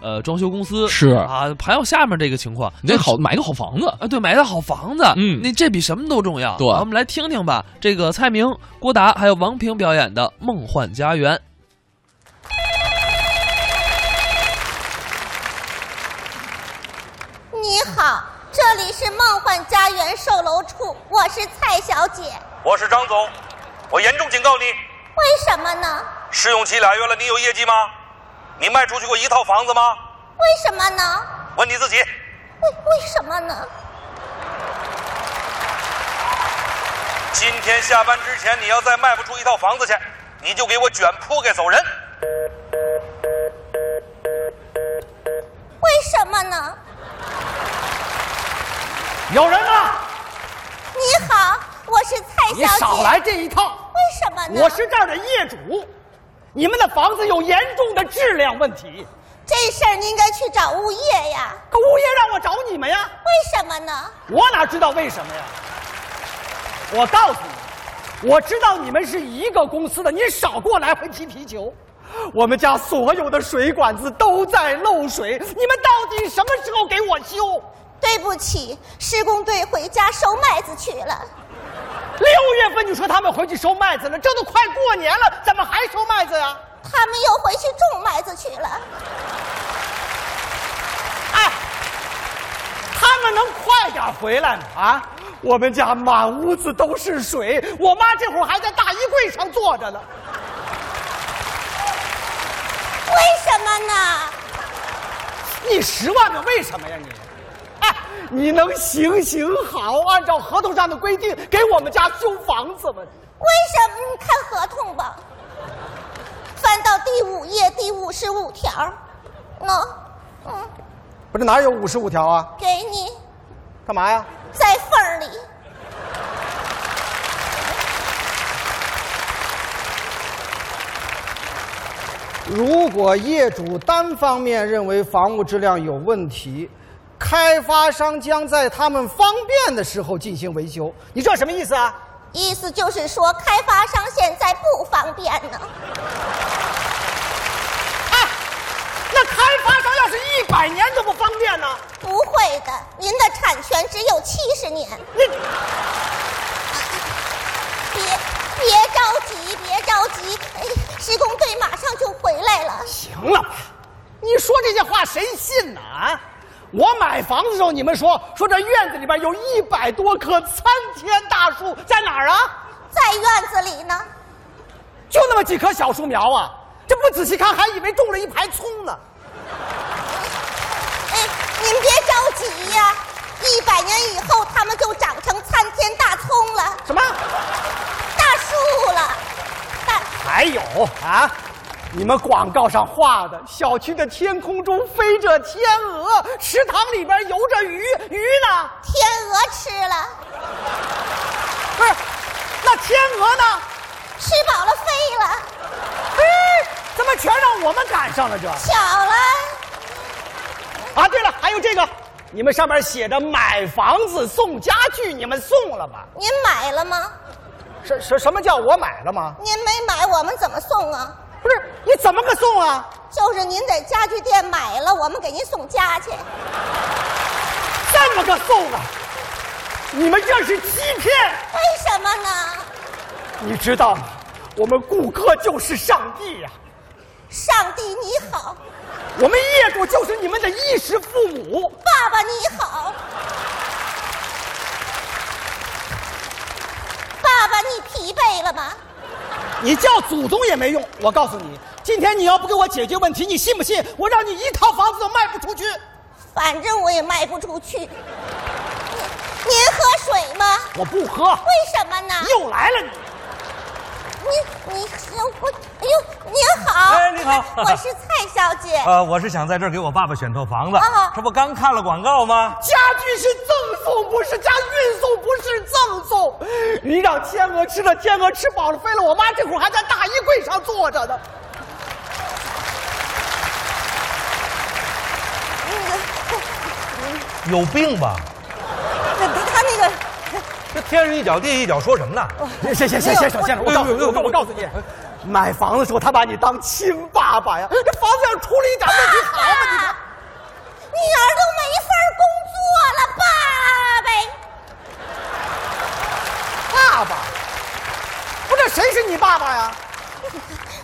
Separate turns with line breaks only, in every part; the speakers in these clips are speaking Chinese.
呃装修公司
是
啊，还有下面这个情况，
你得好买个好房子，
啊，对，买的好房子，
嗯
那这比什么都重要。
对
好我们来听听吧，这个蔡明、郭达还有王平表演的《梦幻家园》。
你好，这里是梦幻家园售楼处，我是蔡小姐。
我是张总，我严重警告你，
为什么呢？
试用期俩月了，你有业绩吗？你卖出去过一套房子吗？
为什么呢？
问你自己。
为为什么呢？
今天下班之前，你要再卖不出一套房子去，你就给我卷铺盖走人。
为什么呢？
有人吗？
你好，我是蔡小姐。
你少来这一套！
为什么呢？
我是这儿的业主，你们的房子有严重的质量问题，
这事儿，你应该去找物业呀。
可物业让我找你们呀，
为什么呢？
我哪知道为什么呀？我告诉你，我知道你们是一个公司的，你少给我来回踢皮球。我们家所有的水管子都在漏水，你们到底什么时候给我修？
对不起，施工队回家收麦子去了。
六月份你说他们回去收麦子了，这都快过年了，怎么还收麦子呀？
他们又回去种麦子去了。
哎，他们能快点回来吗？啊，我们家满屋子都是水，我妈这会儿还在大衣柜上坐着呢。
为什么呢？
你十万个为什么呀你？哎，你能行行好，按照合同上的规定给我们家修房子吗？
为什么？你看合同吧，翻到第五页第五十五条，喏，嗯，
不是哪有五十五条啊？
给你
干嘛呀？
在缝儿里。
如果业主单方面认为房屋质量有问题，开发商将在他们方便的时候进行维修。
你这什么意思啊？
意思就是说，开发商现在不方便呢。
哎，那开发商要是一百年都不方便呢？
不会的，您的产权只有七十年。
你
别别着急，别着急，哎施工队马上就回来了。
行了吧？你说这些话谁信呢？啊！我买房子的时候，你们说说这院子里边有一百多棵参天大树，在哪儿啊？
在院子里呢，
就那么几棵小树苗啊！这不仔细看，还以为种了一排葱呢。
哎，您别着急呀、一百年以后，他们就长成参天大葱了。
什么？
大树了，大
还有啊？你们广告上画的小区的天空中飞着天鹅，池塘里边游着鱼，鱼呢？
天鹅吃了，
不是，那天鹅呢？
吃饱了飞了，
哎，怎么全让我们赶上了这？
巧了，
啊，对了，还有这个，你们上面写着买房子送家具，你们送了吗？
您买了吗？
什什什么叫我买了吗？
您没买，我们怎么送啊？
不是，你怎么个送啊？
就是您在家具店买了，我们给您送家去。
这么个送啊？你们这是欺骗！
为什么呢？
你知道吗？我们顾客就是上帝呀、
上帝你好，
我们业主就是你们的衣食父母。
爸爸你好，爸爸你疲惫了吗？
你叫祖宗也没用。我告诉你，今天你要不给我解决问题，你信不信我让你一套房子都卖不出去？
反正我也卖不出去。您您喝水吗？
我不喝。
为什么呢？
又来了你。
你你我哎呦，您好，
哎你好
我是蔡小姐。
啊
呃，我是想在这儿给我爸爸选套房子
啊
这不刚看了广告吗？
家具是赠送，不是加运送，不是赠送。你让天鹅吃了，天鹅吃饱了飞了。我妈这会儿还在大衣柜上坐着呢。
有病吧？
他那个
这天上一脚地一脚，说什么呢？
先先先先生先生，我告诉你，我告我告诉你，买房子的时候他把你当亲爸爸呀，这房子要出了一点问题，好吗？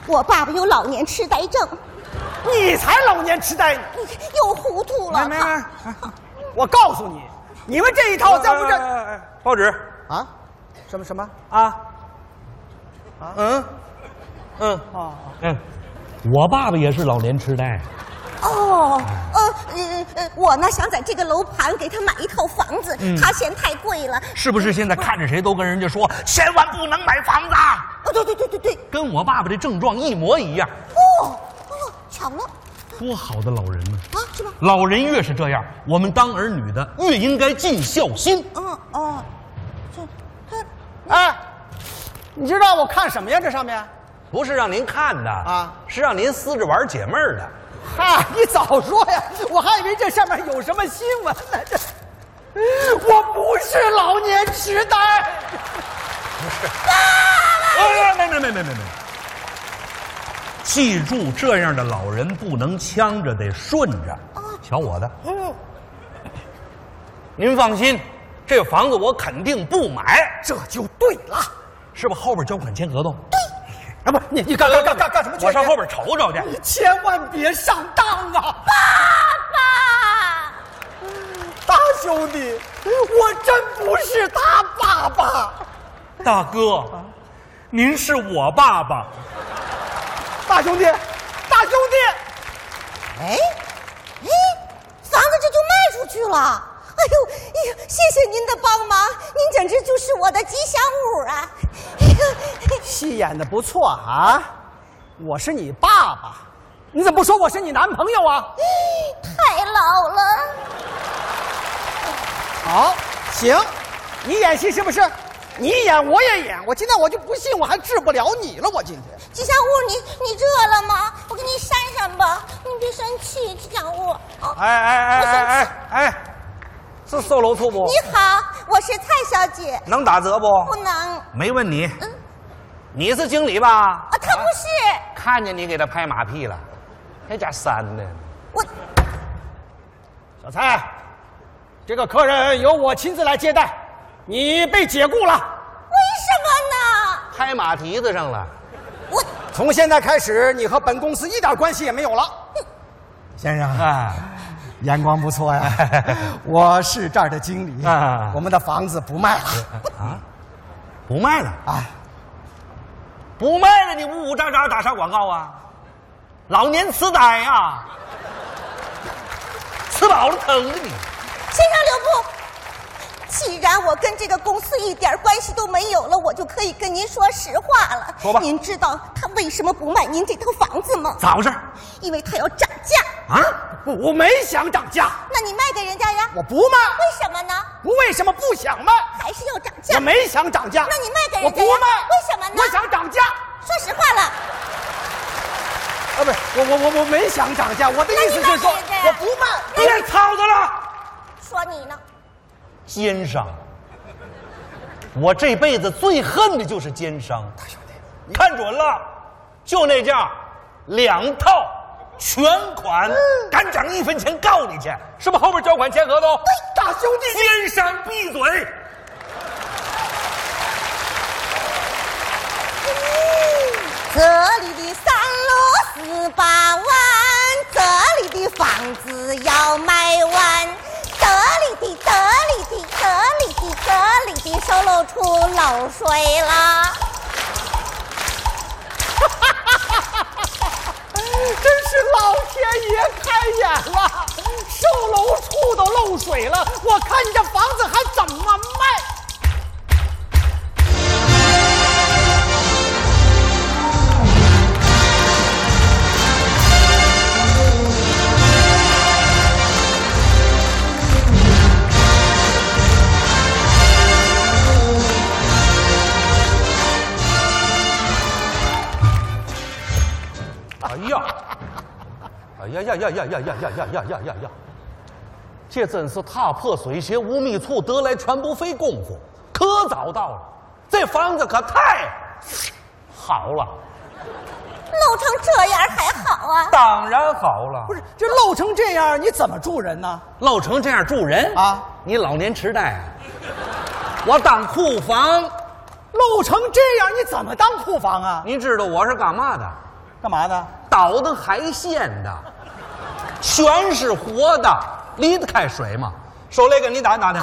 我爸爸有老年痴呆症，
你才老年痴呆呢！
又糊涂了。
没没，我告诉你，你们这一套哦在我们这
哎，报纸
啊，什么什么？
啊，
嗯，嗯，
哦
嗯，我爸爸也是老年痴呆，
哦，呃呃呃，我呢想在这个楼盘给他买一套房子，他嫌太贵了。
是不是？现在看着谁都跟人家说，千万不能买房子啊，
哦，对对对对对，
跟我爸爸这症状一模一样。
哦哦，巧了
多好的老人呢、
啊，是吗？
老人越是这样，我们当儿女的越应该尽孝心。
嗯哦，这这
哎，你知道我看什么呀？这上面？
不是让您看的
啊
是让您撕着玩解闷儿的。
嗨，你早说呀！
我还以为这上面有什么新闻呢。这，我不是老年痴呆。
哎，没没没没没没。记住，这样的老人不能呛着，得顺着。瞧我的。
哦
您放心，这房子我肯定不买。这就对了，是吧？后边交款签合同。哎
啊，不，你你干干干干干什么去？嗯
我上后边瞅瞅去。
千万别上当啊！
爸
大兄弟，我真不是他爸爸。
大哥，您是我爸爸。
大兄弟，大兄弟，
哎哎，房子这就卖出去了。哎呦，哎呦，谢谢您的帮忙，您简直就是我的吉祥物啊！哎呦，
戏演的不错啊！我是你爸爸，你怎么不说我是你男朋友啊？
太老了。
好，行，你演戏是不是？你演我也演，我今天我就不信我还治不了你了，我今天。
吉祥物，你你热了吗？我给你扇扇吧，你别生气，吉祥物。哦
哎哎哎哎哎哎，
是售楼处不？
你好，我是蔡小姐，
能打折不？
不能，
没问你，
嗯，
你是经理吧？
啊，他不是
看见你给他拍马屁了，那家三的。
我，
小蔡，这个客人由我亲自来接待，你被解雇了。
为
拍马蹄子上了。
什么呢？我
从现在开始，你和本公司一点关系也没有了。
先生，
啊，
眼光不 错呀。我是这儿的经理
啊，
我们的房子不卖了。
不卖了，
啊
哎，
不卖了，你呜呜喳喳打啥广告啊？老年痴呆啊，吃饱了撑的你。
先生留步。既然我跟这个公司一点关系都没有了，我就可以跟您说实话了。
说吧
您知道他为什么不卖您这套房子吗？
咋回事？
因为他要涨价。
啊？
哎
我我没想涨价，
那你卖给人家呀？
我不卖。
为什么呢？
不为什么不想卖？
还是要涨价？
我没想涨价。
那你卖给人家呀
我不卖。
为什么呢
我想涨价。
说实话了。
啊，不是，我我我我没想涨价，我的意思是说，
那你卖给人家呀
我不卖。
别吵他了，
说你呢？
奸商！我这辈子最恨的就是奸商。看准了，就那价，两套全
嗯
款，敢涨一分钱告你去，是不是？后边交款签合同。
大兄弟，
奸商闭嘴！
这里的三楼十八万，这里的房子要卖完。这里的，这里的，这里的，这里的售楼处漏水了。
真是老天爷开眼了，售楼处都漏水了，我看你这房子还怎么卖？
哎呀，哎呀呀呀呀呀呀呀呀呀呀呀呀！这真是踏破水鞋无觅处，得来全不费工夫。可早到了，这房子可太好了，
漏成这样还好啊？
当然好了。
不是，这漏成这样，你怎么住人呢？
漏成这样住人
啊
啊？你老年痴呆啊？我当库房，
漏成这样，你怎么当库房啊？
你知道我是干嘛的？
干嘛的？
倒的还现的，全是活的，离得开水吗？手雷给您打听打听，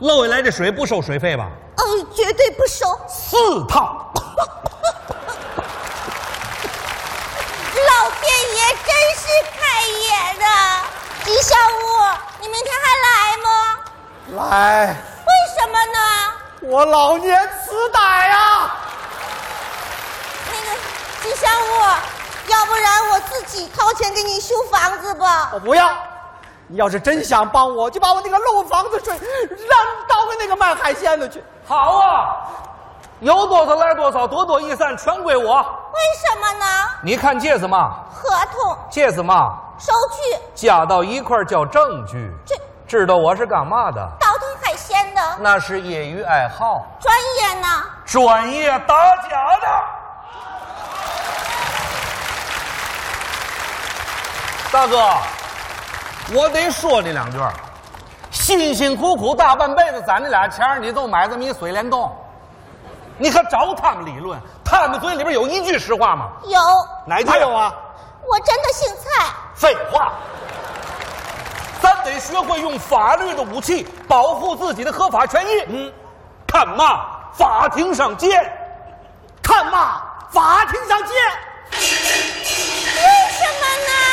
漏下来这水不收水费吧？
嗯，绝对不收。
四套，
老天爷真是开眼的！吉祥物，你明天还来吗？
来，
为什么呢？
我老年痴呆啊呀！
那个吉祥物，要不然我自己掏钱给你修房子吧。
我不要。你要是真想帮我，就把我那个漏房子水让倒给那个卖海鲜的去。
好啊，有多少来多少，多多益善，全归我。
为什么呢？
你看这什么？
合同
这什么？
收据，
加到一块儿叫证据。
这
知道我是干嘛的？
倒腾海鲜的
那是业余爱好，
专业呢？
专业打假的。大哥，我得说你两句儿。辛辛苦苦大半辈子攒那俩钱儿你都买这么一水帘洞，你可找他们理论？他们嘴里边有一句实话吗？
有，
哪句？还有啊？
我真的姓蔡。
废话，咱得学会用法律的武器保护自己的合法权益。嗯，看嘛，法庭上见。
看嘛，法庭上见。
为什么呢？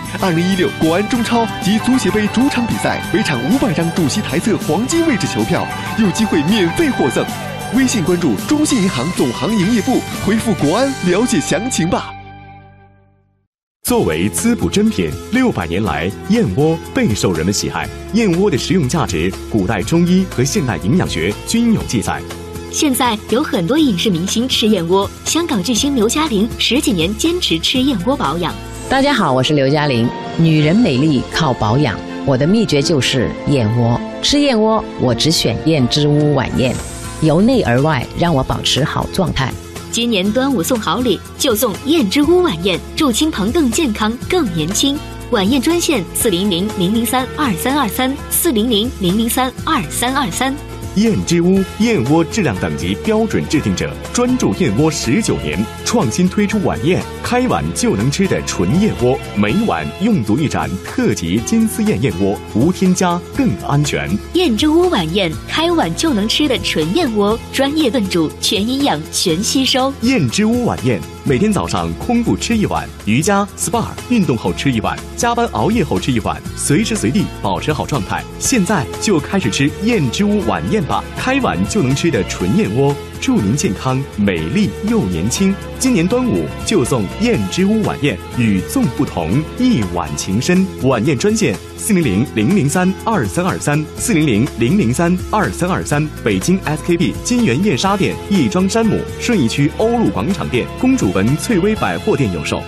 二零一六国安中超及足协杯主场比赛，每场五百张主席台侧黄金位置球票，有机会免费获赠。微信关注中信银行总行营业部，回复“国安”了解详情吧。
作为滋补珍品，六百年来燕窝备受人们喜爱。燕窝的食用价值，古代中医和现代营养学均有记载。
现在有很多影视明星吃燕窝，香港巨星刘嘉玲十几年坚持吃燕窝保养。
大家好，我是刘嘉玲。女人美丽靠保养，我的秘诀就是燕窝。吃燕窝，我只选燕之屋晚宴，由内而外让我保持好状态。
今年端午送好礼，就送燕之屋晚宴，祝亲朋更健康、更年轻。晚宴专线四零零零零三二三二三四零零零零三二三二三。
燕之屋燕窝质量等级标准制定者，专注燕窝十九年，创新推出晚宴开碗就能吃的纯燕窝，每晚用足一盏特级金丝燕燕窝，无添加更安全。
燕之屋晚宴，开碗就能吃的纯燕窝，专业炖煮，全营养，全吸收。
燕之屋晚宴，每天早上空腹吃一碗，瑜伽、SPA、运动后吃一碗，加班熬夜后吃一碗，随时随地保持好状态。现在就开始吃燕之屋晚宴吧，开碗就能吃的纯燕窝，祝您健康、美丽又年轻。今年端午就送燕之屋晚宴，与众不同，一碗情深。晚宴专线四零零零零三二三二三四零零零零三二三二三，北京 SKP 金源燕莎店、亦庄山姆、顺义区欧陆广场店、公主坟翠微百货店有售。